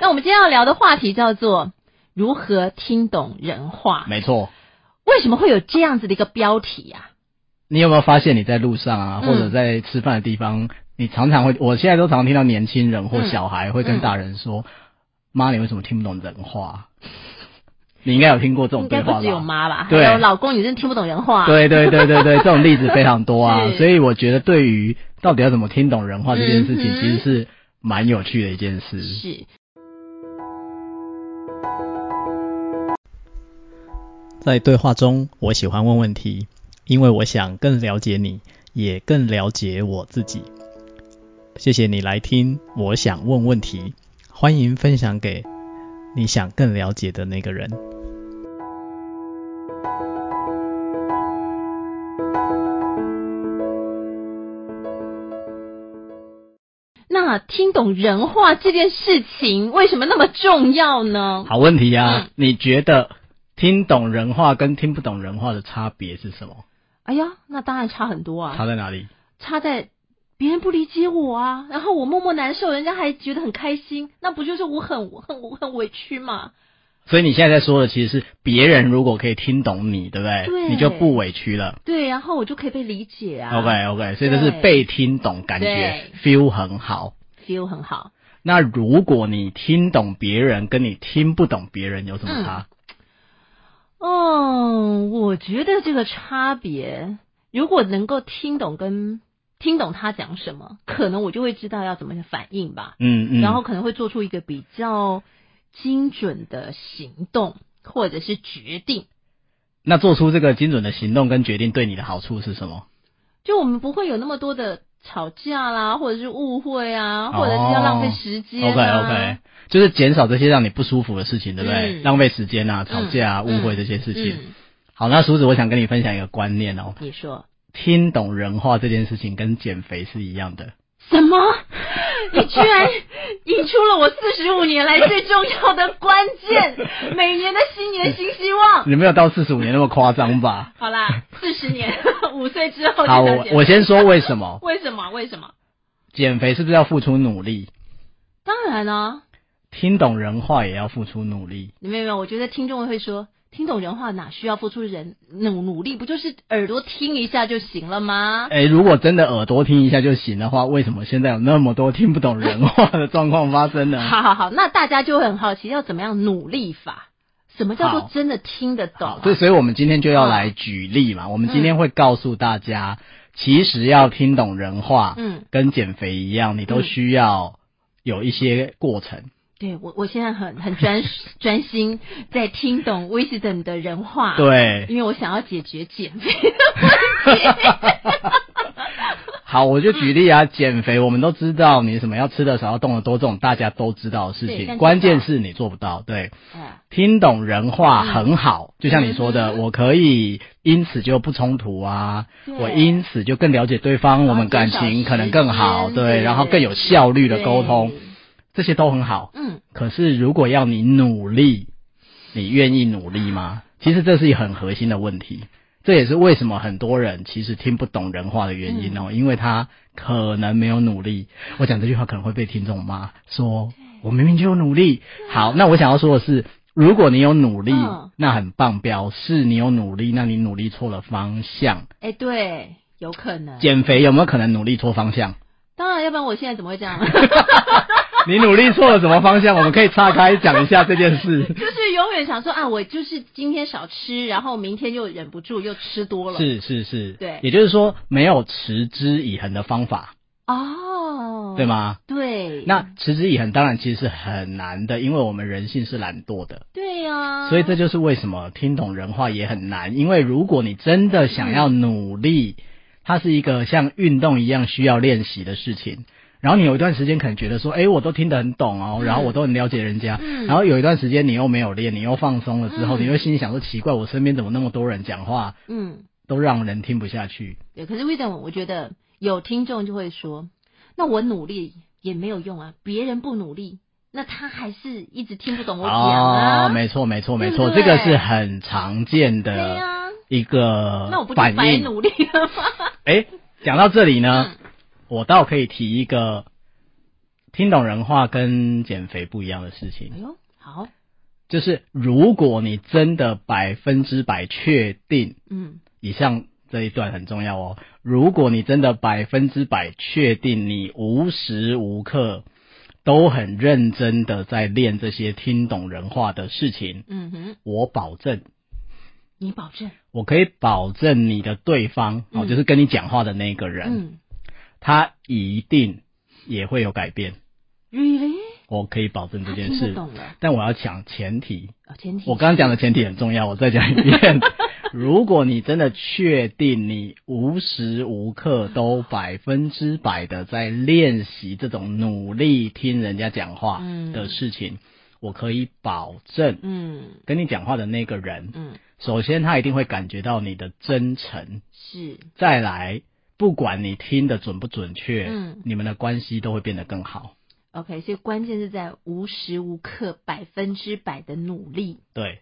那我们今天要聊的话题叫做如何听懂人话。没错。为什么会有这样子的一个标题呀、你有没有发现你在路上啊，嗯或者在吃饭的地方，你常常会，我现在都常听到年轻人或小嗯孩会跟大人说：“妈、你为什么听不懂人话？” 你应该有听过这种应对该话不吧？只有妈吧？对还有老公，你真的听不懂人话。，对对对对对，这种例子非常多啊 是，所以我觉得对于到底要怎么听懂人话这件事情，嗯哼其实是蛮有趣的一件事。是。在对话中，我喜欢问问题，因为我想更了解你，也更了解我自己。谢谢你来听，我想问问题，欢迎分享给你想更了解的那个人。那听懂人话这件事情为什么那么重要呢？好问题嗯啊，你觉得听懂人话跟听不懂人话的差别是什么？哎呀，那当然差很多啊，差在哪里？差在别人不理解我啊，然后我默默难受，人家还觉得很开心，那不就是我很很我很委屈嘛？所以你现在在说的其实是别人如果可以听懂你，对不对？对你就不委屈了。对，然后我就可以被理解啊 OK OK，所以这是对被听懂，感觉 feel 很好。 ，feel 很好。那如果你听懂别人，跟你听不懂别人有什么差？哦，我觉得这个差别，如果能够听懂跟听懂他讲什么，可能我就会知道要怎么反应吧。嗯嗯，然后可能会做出一个比较精准的行动或者是决定。那做出这个精准的行动跟决定，对你的好处是什么？就我们不会有那么多的吵架啦，或者是误会啊，哦或者是要浪费时间、啊。 OK OK，就是减少这些让你不舒服的事情，对不嗯对？浪费时间啊、吵架啊、嗯误会这些事情。嗯，好，那叔子，我想跟你分享一个观念哦，你说听懂人话这件事情跟减肥是一样的。什么？你居然引出了我四十五年来最重要的关键， 每年的新年新希望。你没有到四十五年那么夸 ？张吧好啦，四十年，五岁之后就好，想我减肥我先说为什么为什么？为什么？减肥是不是要付出努力？当然啊，听懂人话也要付出努力。没有没有，我觉得听众会说，听懂人话哪需要付出人努努力，不就是耳朵听一下就行了 吗？哎，如果真的耳朵听一下就行的话，为什么现在有那么多听不懂人话的状况发生呢？好好好，那大家就会很好奇，要怎么样努力法？什么叫做好真的嗯听得懂、啊好，？对，所以我们今天就要来举例嘛。我们今天会告诉大家，其实要听懂人话，嗯，跟减肥一样，你都需要有一些过程。对我我现在很很专专心 在听懂 wisdom 的人话，，对，因为我想要解决减肥。 好，我就举例啊，减肥我们都知道，你什么要吃的少，要动得多，这种大家都知道的事对但情。是关键是你做不到，对。哎听懂人话很好，就像你说的，嗯我可以因此就不冲突啊，对我因此就更了解对方，然后我们感情可能更减少好，时间对对，然后更有效率的沟通，对这些都很好。嗯，可是如果要你努力，你愿意努力吗？其实这是一个很核心的问题，这也是为什么很多人其实听不懂人话的原因嗯哦，因为他可能没有努力。我讲这句话可能会被听众骂，说我明明就有努力。好，那我想要说的是。如果你有努力嗯，那很棒，表示你有努力，那你努力错了方向。哎，对，有可能。减肥有没有可能努力错方 向？当然，要不然我现在怎么会这 样？你努力错了什么方向？我们可以岔开讲一下这件事。就是永远想说啊，我就是今天少吃，然后明天又忍不住又吃多了。 是是是，对也就是说没有持之以恒的方法，哦，对？吗？对，那持之以恒当然其实是很难的，因为我们人性是懒惰的，对呀、所以这就是为什么听懂人话也很难。因为如果你真的想要努力，它是一个像运动一样需要练习的事情。然后你有一段时间可能觉得说，哎，我都听得很懂哦，嗯然后我都很了解人家。嗯然后有一段时间你又没有练，你又放松了之后，嗯你又心里想说，奇怪，我身边怎么那么多人讲话嗯，都让人听不下去？对。可是为什么我觉得有听众就会说，那我努力也没有用啊，别人不努力，那他还是一直听不懂我讲啊。哦，没错，没错，对不没错，对这个是很常见对的呀、一个那我不就呃反白应。努力了吗？ 哎，讲到这里呢嗯，我倒可以提一个听懂人话跟减肥不一样的事情哎，呦，好，就是如果你真的百分之百确定，嗯以上这一段很重要哦。如果你真的百分之百确定，你无时无刻都很认真的在练这些听懂人话的事情，嗯哼，我保证，你保证，我可以保证你的对方、哦，嗯就是跟你讲话的那个人，嗯他一定也会有改变。 ，really，我可以保证这他件啊听得事，懂了，但我要讲前提，哦前提我刚刚讲的前提很重要，我再讲一 遍。如果你真的确定你无时无刻都百分之百的在练习这种努力听人家讲话嗯的事情，我可以保证嗯跟你讲话的那个人，嗯首先他一定会感觉到你的真诚，是，再来，不管你听的准不准确，嗯你们的关系都会变得更好。 OK，所以关键是在无时无刻百分之百的努力。对，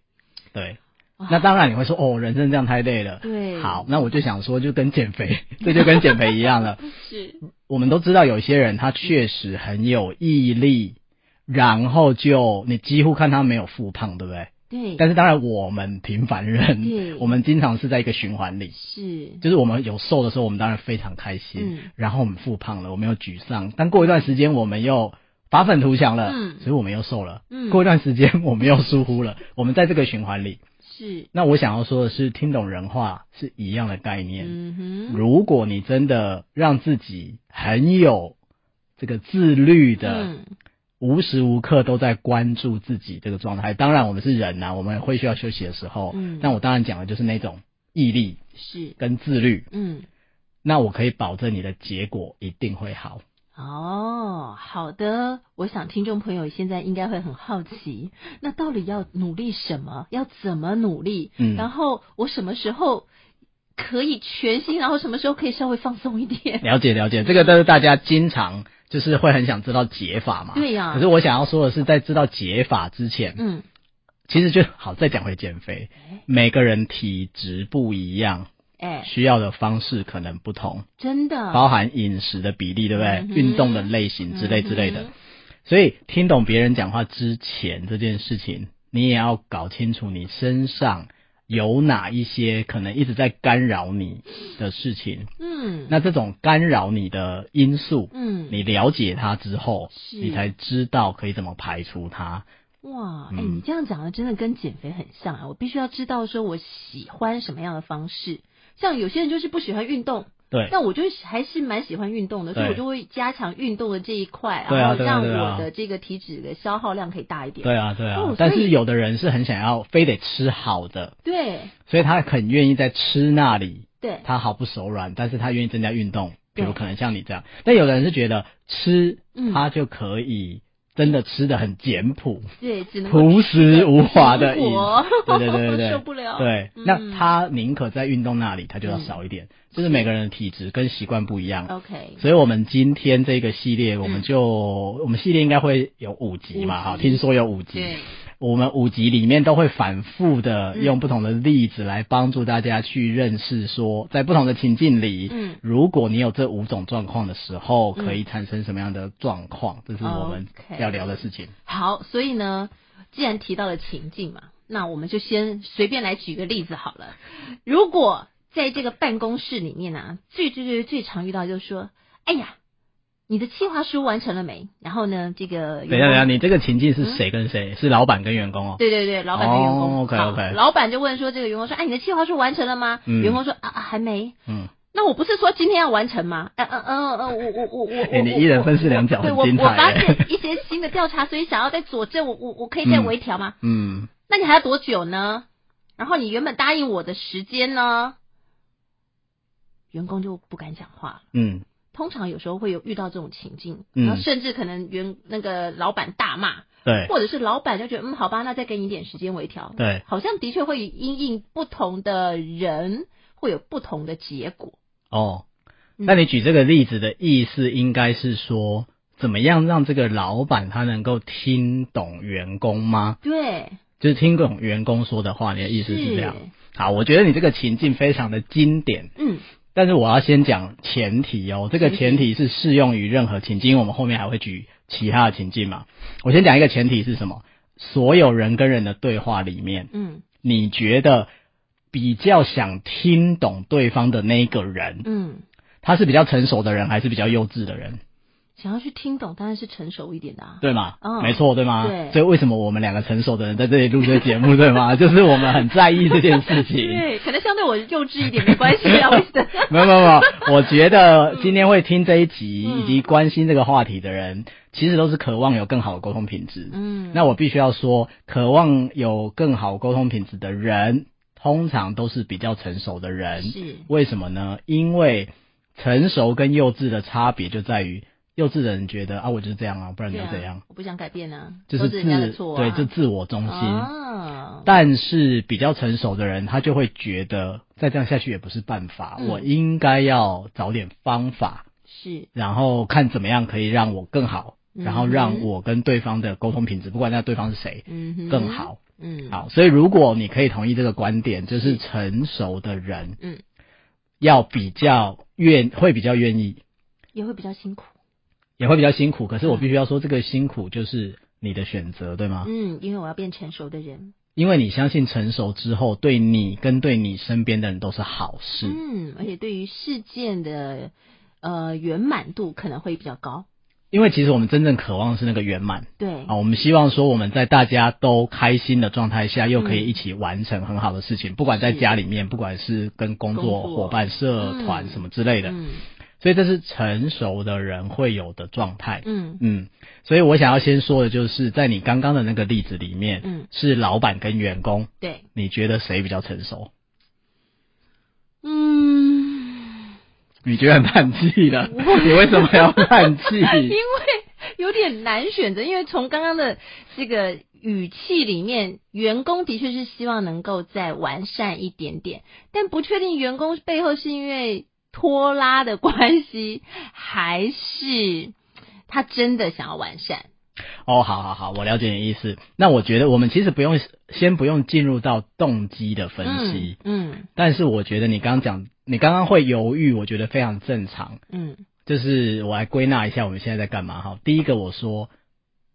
对。哇那当然你会说，哦，人生这样太累了。啊对好，那我就想说，就跟减肥， 这就跟减肥一样了。哦是，我们都知道有些人他确实很有毅力，然后就你几乎看他没有复胖，对不对？对，但是当然，我们平凡对人，我们经常是在一个循环里。是，就是我们有瘦的时候，我们当然非常开心，嗯然后我们复胖了，我们又沮丧。但过一段时间，我们又发愤图强了，嗯所以我们又瘦了。嗯过一段时间，我们又疏忽了。我们在这个循环里，是，那我想要说的是，听懂人话是一样的概念。嗯哼，如果你真的让自己很有这个自律的，嗯无时无刻都在关注自己这个状态，当然我们是人啊呐、我们会需要休息的时候。嗯但我当然讲的就是那种毅力是，跟自律。嗯，那我可以保证你的结果一定会好。哦，好的，我想听众朋友现在应该会很好奇，那到底要努力什么？要怎么努力？嗯然后我什么时候可以全心？然后什么时候可以稍微放松一 点？了解了解，这个都是大家经常就是会很想知道解法嘛。对呀可是我想要说的是，在知道解法之前，嗯，其实就好再讲回减肥哎。每个人体质不一样，哎，需要的方式可能不同，真的，包含饮食的比例，对不对啊嗯？哼运动的类型之类之类嗯的哼。所以听懂别人讲话之前这件事情，你也要搞清楚你身上有哪一些可能一直在干扰你的事情。嗯，那这种干扰你的因素，嗯，你了解它之后，是你才知道可以怎么排除它。哇，哎、嗯你这样讲的真的跟减肥很像啊！我必须要知道说我喜欢什么样的方式。像有些人就是不喜欢运动，对，但我就是还是蛮喜欢运动的，所以对我就会加强运动的这一块，对啊然后对啊让对啊我的这个体脂的消耗量可以大一点。对啊，对啊。哦所以但是有的人是很想要，非得吃好的，对所以他很愿意在吃那里，对他毫不手软，但是他愿意增加运动，比如对可能像你这样。但有的人是觉得吃嗯，他就可以真的吃的很简朴，对，只能够朴实无华 的吃饮我对对 对对对，嗯受不了对，嗯那他宁可在运动那里，他就要少一点，就是每个人的体质跟习惯不一样。 OK，所以，我们今天这个系列，我们就、我们系列应该会有五集嘛，嗯五哈，集听说有五集。对，我们五集里面都会反复的嗯用不同的例子来帮助大家去认识说，在不同的情境里，嗯如果你有这五种状况的时候，嗯可以产生什么样的状况，这是我们 OK 要聊的事情。好，所以呢，既然提到了情境嘛，那我们就先随便来举个例子好了。如果在这个办公室里面啊，最最最最常遇到就是说，哎呀，你的计划书完成了没？然后呢，这个等一下，等一下，员工你这个情境是谁跟嗯谁？是老板跟员工哦。对对对，老板跟员工、哦，OK，好 OK 老板就问说这个员工说，哎，你的计划书完成了吗？嗯员工说啊啊还没。嗯，那我不是说今天要完成吗？嗯嗯嗯嗯，我我我我我哎，你一人分饰两角，对很我精我发彩耶。现一些新的调查，所以想要再佐证，我我我可以再嗯微调吗？ 嗯，那你还要多久呢？然后你原本答应我的时间呢？员工就不敢讲话了。嗯，通常有时候会有遇到这种情境，嗯然后甚至可能员那个老板大骂，对，或者是老板就觉得嗯好吧，那再给你一点时间微调。对，好像的确会因应不同的人会有不同的结果。哦，嗯那你举这个例子的意思应该是说，怎么样让这个老板他能够听懂员工吗？对，就是听懂员工说的话，你的意思是这样是。好，我觉得你这个情境非常的经典，嗯但是我要先讲前提哦，这个前提是适用于任何情境，因为我们后面还会举其他的情境嘛。我先讲一个前提是什么？所有人跟人的对话里面，嗯你觉得比较想听懂对方的那一个人，嗯，他是比较成熟的人，还是比较幼稚的人？想要去听懂，当然是成熟一点的啊。对吗？嗯没错，对吗？对所以为什么我们两个成熟的人在这里录这个节目，对吗？ 就是我们很在意这件事情。对，可能相对我幼稚一点没关系 啊，我觉得。没有没有没有，我觉得今天会听这一集嗯以及关心这个话题的人，其实都是渴望有更好的沟通品质。嗯，那我必须要说，渴望有更好沟通品质的人，通常都是比较成熟的人。是为什么呢？因为成熟跟幼稚的差别就在于，幼稚的人觉得啊，我就是这样啊，不然你对要啊怎样？我不想改变啊，就都是是自人家的错啊，对，就自我中心。啊，但是比较成熟的人，他就会觉得再这样下去也不是办法，嗯我应该要找点方法，是然后看怎么样可以让我更好，嗯然后让我跟对方的沟通品质，不管那对方是谁，嗯哼更，好。嗯好，所以如果你可以同意这个观点，就是是成熟的人，嗯，要比较愿，会比较愿意，也会比较辛苦，也会比较辛嗯苦。可是我必须要说，这个辛苦就是你的选择，对吗？嗯，因为我要变成熟的人，因为你相信成熟之后，对你跟对你身边的人都是好事。嗯，而且对于事件的呃圆满度可能会比较高，因为其实我们真正渴望的是那个圆满对，啊，我们希望说我们在大家都开心的状态下，又可以一起完成很好的事情，不管在家里面，不管是跟工作嗯工作伙伴、社团嗯什么之类的，嗯所以这是成熟的人会有的状态。嗯嗯，所以我想要先说的就是，在你刚刚的那个例子里面，嗯，是老板跟员工，对，你觉得谁比较成熟？嗯，你居然叹 气了，你为什么要叹气？因为嗯 有点难选择，因为从刚刚的这个语气里面，员工的确是希望能够再完善一点点，但不确定员工背后是因为拖拉的关系，还是他真的想要完善。哦，好好好，我了解你的意思。那我觉得我们其实不用先不用进入到动机的分析，嗯但是我觉得你刚刚讲，你刚刚会犹豫，我觉得非常正常。嗯就是我来归纳一下我们现在在干嘛哈。第一个我说，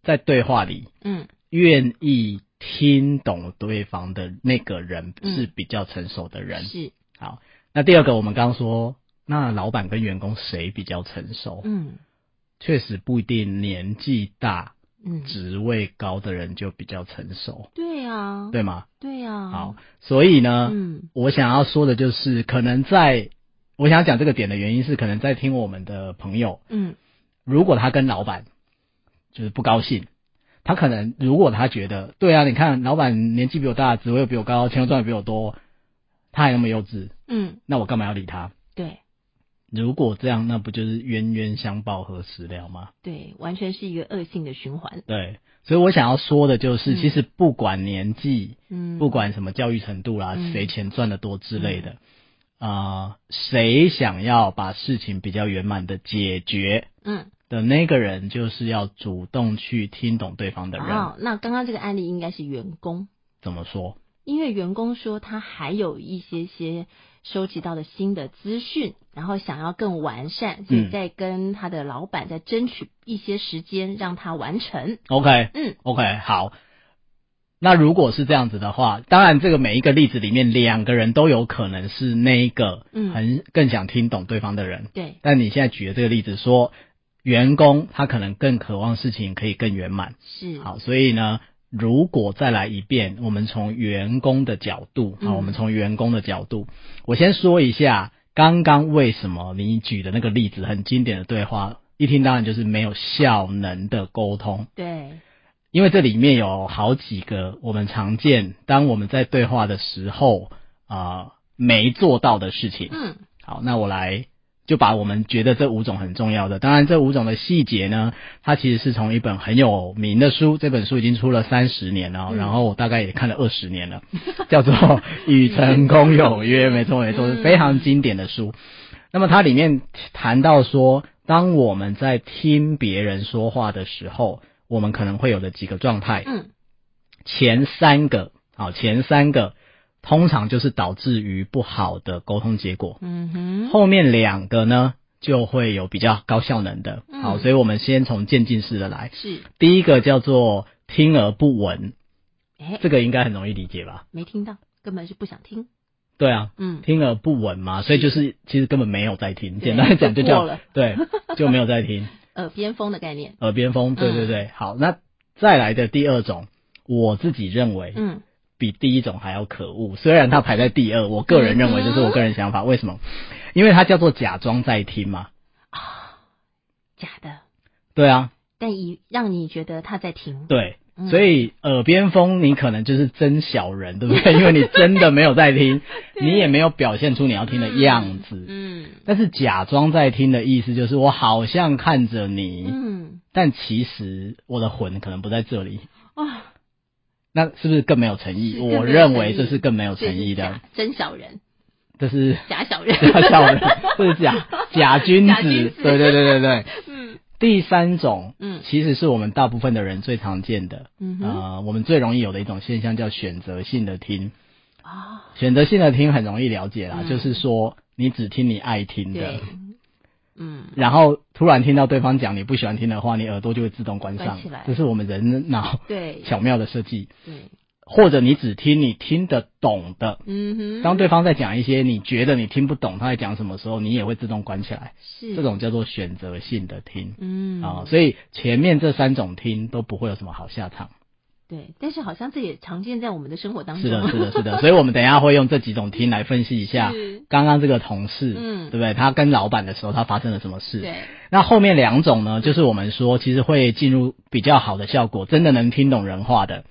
在对话里嗯愿意听懂对方的那个人嗯是比较成熟的人嗯，。是好，那第二个我们刚刚说，那老板跟员工谁比较成熟？嗯确实不一定，年纪大、嗯，职位高的人就比较成熟。对啊，对吗？对啊，好，，所以呢，嗯我想要说的就是，可能在我想要讲这个点的原因是，可能在听我们的朋友，嗯如果他跟老板就是不高兴，他可能如果他觉得，对啊，你看老板年纪比我大，职位又比我高，钱又赚的比我多，他还那么幼稚，嗯，那我干嘛要理他？对如果这样，那不就是冤冤相报何时了吗？对，完全是一个恶性的循环。对，所以我想要说的就嗯是，其实不管年纪，嗯，不管什么教育程度啦，嗯谁钱赚得多之类的，啊、谁想要把事情比较圆满的解决嗯，的那个人，就是要主动去听懂对方的人、哦，那刚刚这个案例应该是员工，怎么说。因为员工说他还有一些些收集到的新的资讯，然后想要更完善，所以嗯在跟他的老板在争取一些时间让他完成。 OK，嗯，OK，好。那如果是这样子的话，当然这个每一个例子里面，两个人都有可能是那一个嗯很更想听懂对方的人。对，但你现在举的这个例子说，员工他可能更渴望事情可以更圆满。是，好，所以呢，如果再来一遍，我们从员工的角度，嗯好，我们从员工的角度，我先说一下刚刚为什么你举的那个例子很经典的对话，一听当然就是没有效能的沟通，对，因为这里面有好几个我们常见，当我们在对话的时候啊、没做到的事情。嗯好，那我来就把我们觉得这五种很重要的，当然这五种的细节呢，它其实是从一本很有名的书，这本书已经出了三十年了哦，嗯然后我大概也看了二十年了，叫做《与成功有约》，没错没错，是非常经典的书。那么它里面谈到说，当我们在听别人说话的时候，我们可能会有的几个状态，嗯前三个，好，前三个通常就是导致于不好的沟通结果。嗯哼，后面两个呢，就会有比较高效能的。嗯好，所以我们先从渐进式的来。是，第一个叫做听而不闻，哎，这个应该很容易理解吧？没听到，根本是不想听。对啊，嗯，听而不闻嘛，所以就是其实根本没有在听，对简单地讲就就过叫了 对，就没有在听。 耳呃边风的概念。耳边风，嗯对对对，好，那再来的第二种，我自己认为嗯，比第一种还要可恶，虽然它排在第二，我个人认为这嗯是我个人想法，为什么？因为它叫做假装在听嘛，假的，对啊，但以让你觉得他在听。对。嗯所以耳边风，你可能就是真小人，对不 对？因为你真的没有在听，你也没有表现出你要听的样子。嗯但是假装在听的意思就是，我好像看着你，嗯，但其实我的魂可能不在这里。哇，那是不是更没有诚意？是更没有我认为诚意这是更没有这诚意是的假，真小人，这是假小 人。假小 人，这是假假君假君子子。对对对对对。嗯第三种，嗯其实是我们大部分的人最常见的，嗯哼呃，我们最容易有的一种现象叫选择性的听。啊，选择性的听很容易了解啦，嗯就是说你只听你爱听的对，，嗯然后突然听到对方讲你不喜欢听的话，你耳朵就会自动关上关起来。这是我们人脑对巧妙的设计，对，或者你只听你听得懂的。嗯哼，当对方在讲一些你觉得你听不懂他在讲什么时候，你也会自动关起来。是这种叫做选择性的听嗯啊、所以前面这三种听都不会有什么好下场。对，但是好像这也常见在我们的生活当中。是的，是的，是的。所以我们等一下会用这几种听来分析一下 是刚刚这个同事，嗯对不对？他跟老板的时候他发生了什么事？对，那后面两种呢，就是我们说其实会进入比较好的效果，真的能听懂人话的。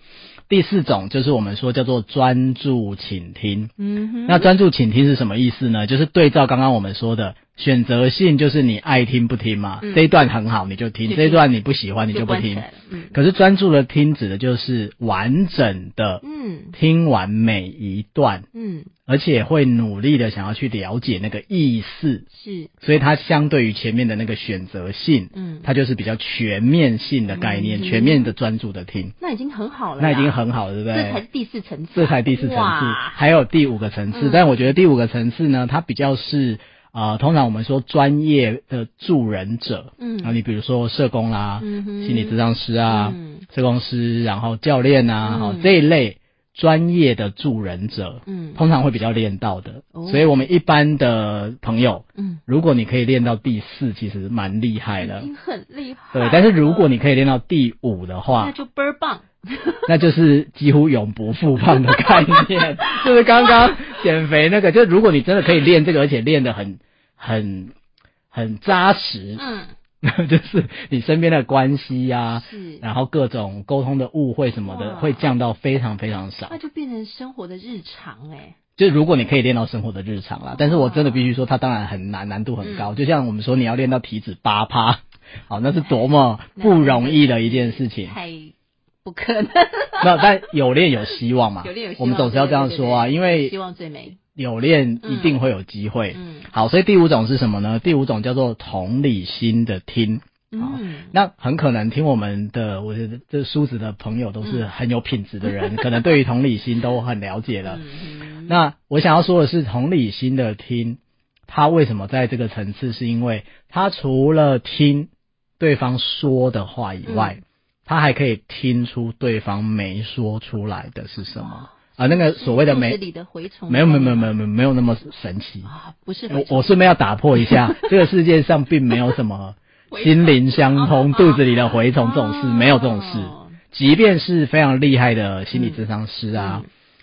第四种就是我们说叫做专注倾听。嗯哼，那专注倾听是什么意思呢？就是对照刚刚我们说的选择性，就是你爱听不听嘛。嗯这一段很好，你就听；就听这一段你不喜欢，你就不关起听来。了。嗯可是专注的听，指的就是完整的嗯听完每一段，嗯，而且会努力的想要去了解那个意思。是所以它相对于前面的那个选择性，嗯，它就是比较全面性的概嗯念，全面的专注的听，那已经很好了啦，那已经很好了，对不对？这才是第四层次啊，这才第四层次，哇还有第五个层次。嗯但我觉得第五个层次呢，它比较是呃，通常我们说专业的助人者，嗯啊，你比如说社工啦、嗯哼心理咨商师啊、嗯社工师，然后教练啊，嗯好、这一类专业的助人者，嗯通常会比较练到的。哦所以我们一般的朋友，嗯，如果你可以练到第四，其实蛮厉害已的。经很厉害了。对，但是如果你可以练到第五的话，那就倍儿棒， 那就是几乎永不复胖的概 念，就是刚刚减肥那个，就如果你真的可以练这个，而且练得很很很扎实， 嗯，就是你身边的关系呀、是，然后各种沟通的误会什么的，哇会降到非常非常少那。就变成生活的日常哎，就如果你可以练到生活的日常啦，但是我真的必须说，它当然很难，难度嗯很高。就像我们说，你要练到体脂八趴， 好，那是多么不容易的一件事 情。太不可能，那但有练有希望嘛？有练有希望我们总是要这样说啊，对对对因为希望最美。有练一定会有机会。嗯好，所以第五种是什么呢？第五种叫做同理心的听。嗯，那很可能听我们的，我觉得这梳子的朋友都是嗯很有品质的人， 可能对于同理心都很了解了。嗯哼那我想要说的是，同理心的听，他为什么在这个层次？是因为他除了听对方说的话以嗯外，他还可以听出对方没说出来的是什么啊？那个所谓的肚子没哦里的蛔虫，没有没有没有没有没有没有那么神奇。啊，不是我蛔虫我顺便要打破 一下，这个世界上并没有什么心灵相通、肚子里的蛔虫这种事，没有这种事。啊哦即便是非常厉害的心理咨商师啊、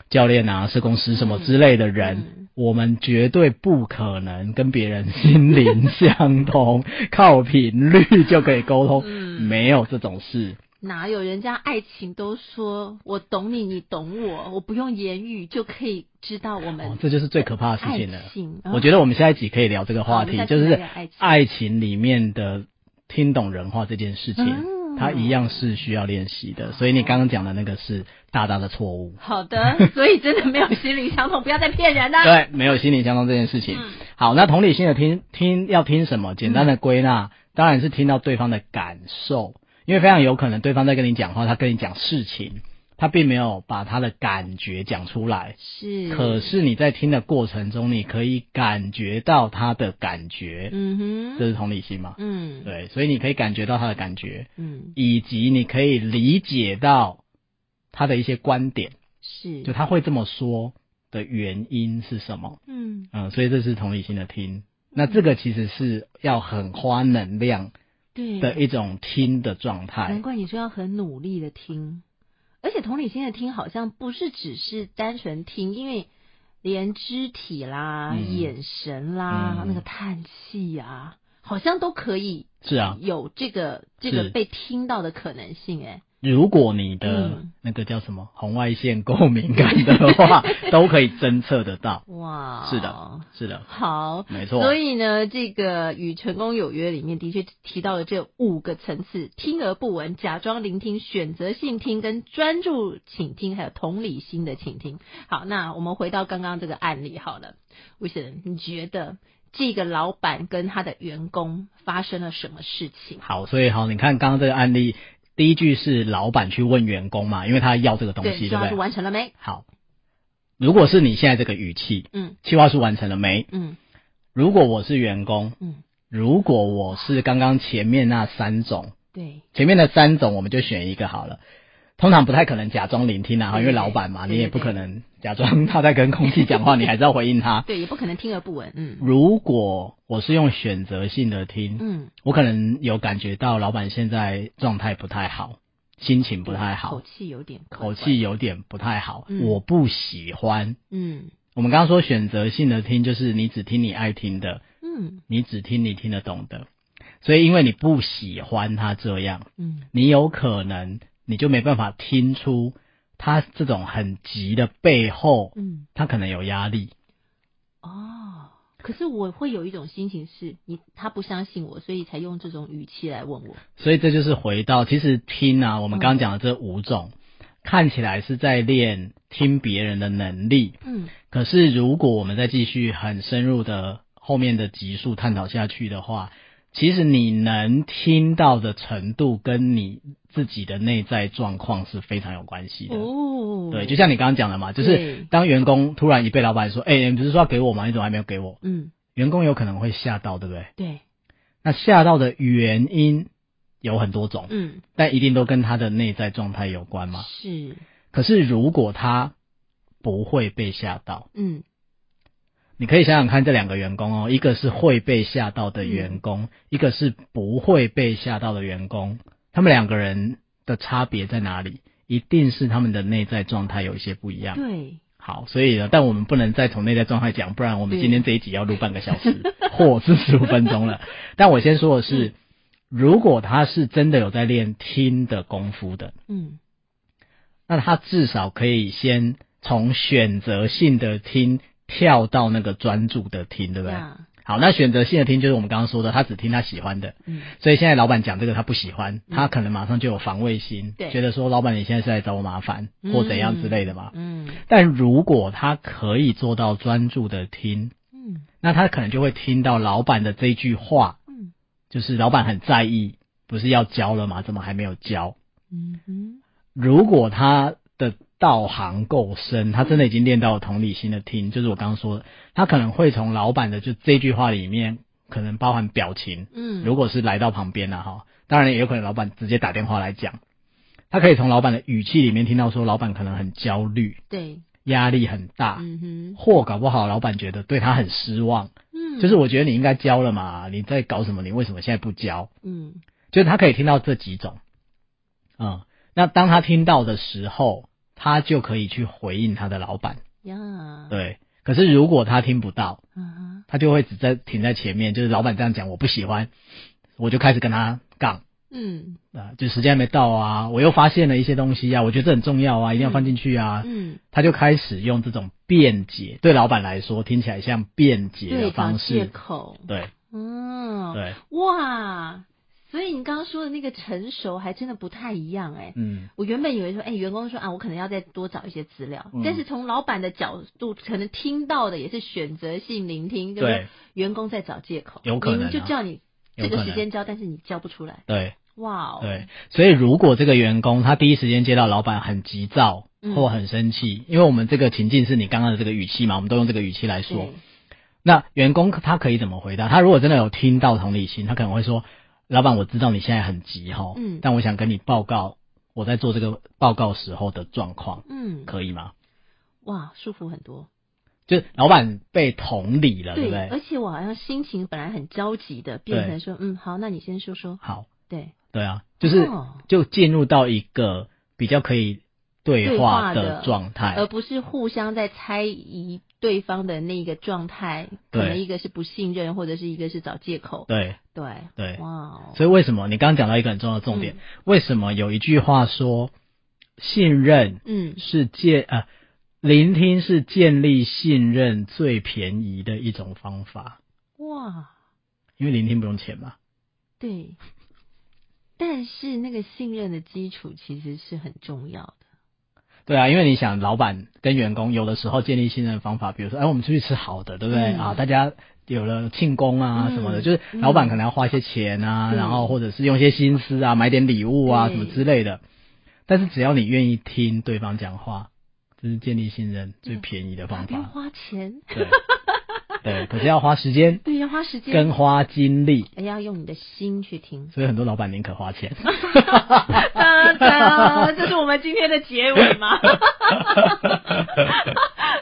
教练啊、社工师什么之类的人，嗯我们绝对不可能跟别人心灵 相通，靠频率就可以沟通，嗯没有这种事。哪有人家爱情都说我懂你，你懂我，我不用言语就可以知道我哦们，这就是最可怕的事爱情了。情。哦我觉得我们下一集可以聊这个啊话好题，我们下就次是来聊爱情爱情里面的听懂人话这件事情，嗯它一样是需要练习的。所以你刚刚讲的那个是大大的错误。好的，所以真的没有心灵相通，不要再骗人 了。对，没有心灵相通这件事情。啊嗯好，那同理心的听听要听什么？简单的归嗯纳，当然是听到对方的感受，因为非常有可能对方在跟你讲话，他跟你讲事情，他并没有把他的感觉讲出来，是，可是你在听的过程中，你可以感觉到他的感觉，嗯这哼，是同理心嘛？嗯，，对，所以你可以感觉到他的感觉，嗯，以及你可以理解到他的一些观点，是，就他会这么说的原因是什么？嗯，嗯，所以这是同理心的听。那这个其实是要很花能量对的一种听的状态难，怪你说要很努力的听，而且同理心的听好像不是只是单纯听，因为连肢体啦、嗯眼神啦、嗯那个叹气呀、好像都可以是啊。有这个这个是被听到的可能性、哎，如果你的嗯那个叫什么红外线够敏感的 话，都可以侦测得到。哇，是的，是的，好。没错。所以呢，这个《与成功有约》里面的确提到了这五个层次：听而不闻、假装聆听、选择性听、跟专注倾听，还有同理心的倾听。好，那我们回到刚刚这个案例好了，吴先生，你觉得这个老板跟他的员工发生了什么事情？好，所以好，你看刚刚这个案例，第一句是老板去问员工嘛，因为他要这个东西，对，计对划不书对？完成了没？好，如果是你现在这个语气，嗯计划书完成了没？嗯如果我是员工，嗯，如果我是刚刚前面那三种，对，前面的三种我们就选一个好了。通常不太可能假装聆听啊，对因为老板嘛，对对你也不可能假装他在跟空气讲话，你还是要回应他。对，也不可能听而不闻。嗯如果我是用选择性的听，嗯，我可能有感觉到老板现在状态不太好，心情不太口好，气有点怪口怪气，有点不太好，嗯我不喜欢。嗯我们刚刚说选择性的听，就是你只听你爱听的，嗯你只听你听得懂的。所以因为你不喜欢他这样，嗯，你有可能你就没办法听出他这种很急的背后，嗯。他可能有压力。哦，可是我会有一种心情是，你他不相信我，所以才用这种语气来问我。所以这就是回到，其实听啊，我们嗯刚刚讲的这五种，看起来是在练听别人的能力，嗯可是如果我们再继续很深入的后面的集数探讨下去的话，其实你能听到的程度跟你自己的内在状况是非常有关系的。哦，对，就像你刚刚讲的嘛，就对是当员工突然一被老板说：“哎、你不是说要给我吗？你怎么还没有给我嗯？”员工有可能会吓到，对不对？对那吓到的原因有很多种。嗯但一定都跟他的内在状态有关嘛。是可是如果他不会被吓到，嗯你可以想想看，这两个员工哦，一个是会被吓到的员工，一个是不会被吓到的员工，他们两个人的差别在哪里？一定是他们的内在状态有一些不一样。对好，所以呢，但我们不能再从内在状态讲，不然我们今天这一集要录半个小时或四十五分钟了。但我先说的是，如果他是真的有在练听的功夫的，嗯那他至少可以先从选择性的听跳到那个专注的听，对不对？呀好，那选择性的听就是我们刚刚说的，他只听他喜欢的。嗯所以现在老板讲这个他不喜欢，他可能马上就有防卫心，对觉得说老板你现在是来找我麻烦或怎样之类的嘛。嗯但如果他可以做到专注的听，嗯那他可能就会听到老板的这句话，嗯就是老板很在意，不是要交了吗？怎么还没有交？嗯哼如果他的道行够深，他真的已经练到同理心的听，就是我刚刚说的，他可能会从老板的就这句话里面，可能包含表情，嗯，如果果是来到旁边了啊哈，当然也有可能老板直接打电话来讲，他可以从老板的语气里面听到说，老板可能很焦虑，对压力很大。嗯哼或搞不好，老板觉得对他很失望，嗯就是我觉得你应该交了嘛，你在搞什么？你为什么现在不交？嗯就是他可以听到这几种，嗯，那当他听到的时候，他就可以去回应他的老板，呀对。可是如果他听不到，啊他就会只在停在前面，就是老板这样讲我不喜欢，我就开始跟他杠嗯啊、就时间还没到啊，我又发现了一些东西啊，我觉得这很重要啊，一定要放进去啊，嗯他就开始用这种辩解，对老板来说听起来像辩解对的找方借式，口对嗯对，哇，所以你刚刚说的那个成熟还真的不太一样哎。嗯，我原本以为说，哎、员工说啊，我可能要再多找一些资料，嗯但是从老板的角度，可能听到的也是选择性聆听，就是对员工在找借口，有可能啊明明就叫你有这可个能时间交，但是你交不出来，对，哇哦，对，所以如果这个员工他第一时间接到老板很急躁嗯或很生气，因为我们这个情境是你刚刚的这个语气嘛，我们都用这个语气来说对，，那员工他可以怎么回答？他如果真的有听到同理心，他可能会说：“老板，我知道你现在很急哈，嗯但我想跟你报告我在做这个报告时候的状况，嗯，可以吗哇，舒服很多。？”就是老板被同理了，对不而对？且我好像心情本来很焦急的，变成说，嗯，好，那你先说说。好，对，对啊，就是哦就进入到一个比较可以对对话话的的呃状态，而不是互相在猜疑对方的那个状态，可对能一个是不信任，或者是一个是找借口。对对，对。哇哦，所以为什么你刚刚讲到一个很重要的重点？为什么有一句话说信任嗯，是建呃，聆听是建立信任最便宜的一种方法，哇，因为聆听不用钱嘛。对。但是那个信任的基础其实是很重要的。对啊，因为你想，老板跟员工有的时候建立信任的方法，比如说，哎，我们出去吃好的，对不对、嗯啊？大家有了庆功啊嗯什么的，就是老板可能要花一些钱啊，嗯然后或者是用一些心思啊，买点礼物啊对什么之类的。但是只要你愿意听对方讲话，这是建立信任最便宜的方不用法。花钱，对， 对，可是要花时间对，要花嗯时间，跟花精力。而要用你的心去听。所以很多老板宁可花钱。噔噔，这是我们今天的结尾吗？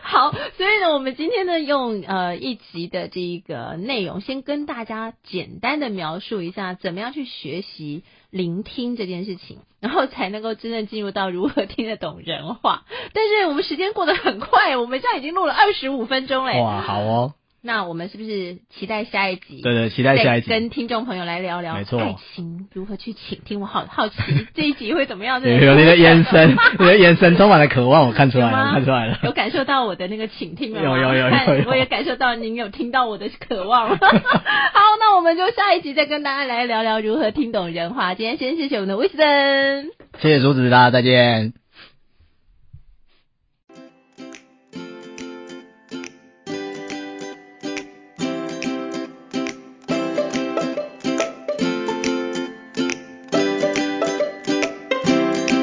好，所以呢，我们今天呢，用呃一集的这一个内容，先跟大家简单的描述一下，怎么样去学习聆听这件事情， 然后才能够真正进入到如何听得懂人话。但是我们时间过得很快，我们现在已经录了二十五分钟嘞。哇，好哦，那我们是不是期待下一集？对对，期待下一集。跟听众朋友来聊聊没错爱情如何去倾听。我好好奇这一集会怎么样？真的 有你的眼 神，你的眼神充满了渴望，我看出来有了，吗我看出来了。有感受到我的那个倾听了吗？有有有有看有我也感受到您有听到我的 渴望。好，那我们就下一集再跟大家来聊聊如何听懂人话。今天先谢谢我们的 Wisdom。谢谢竹子，大家再见。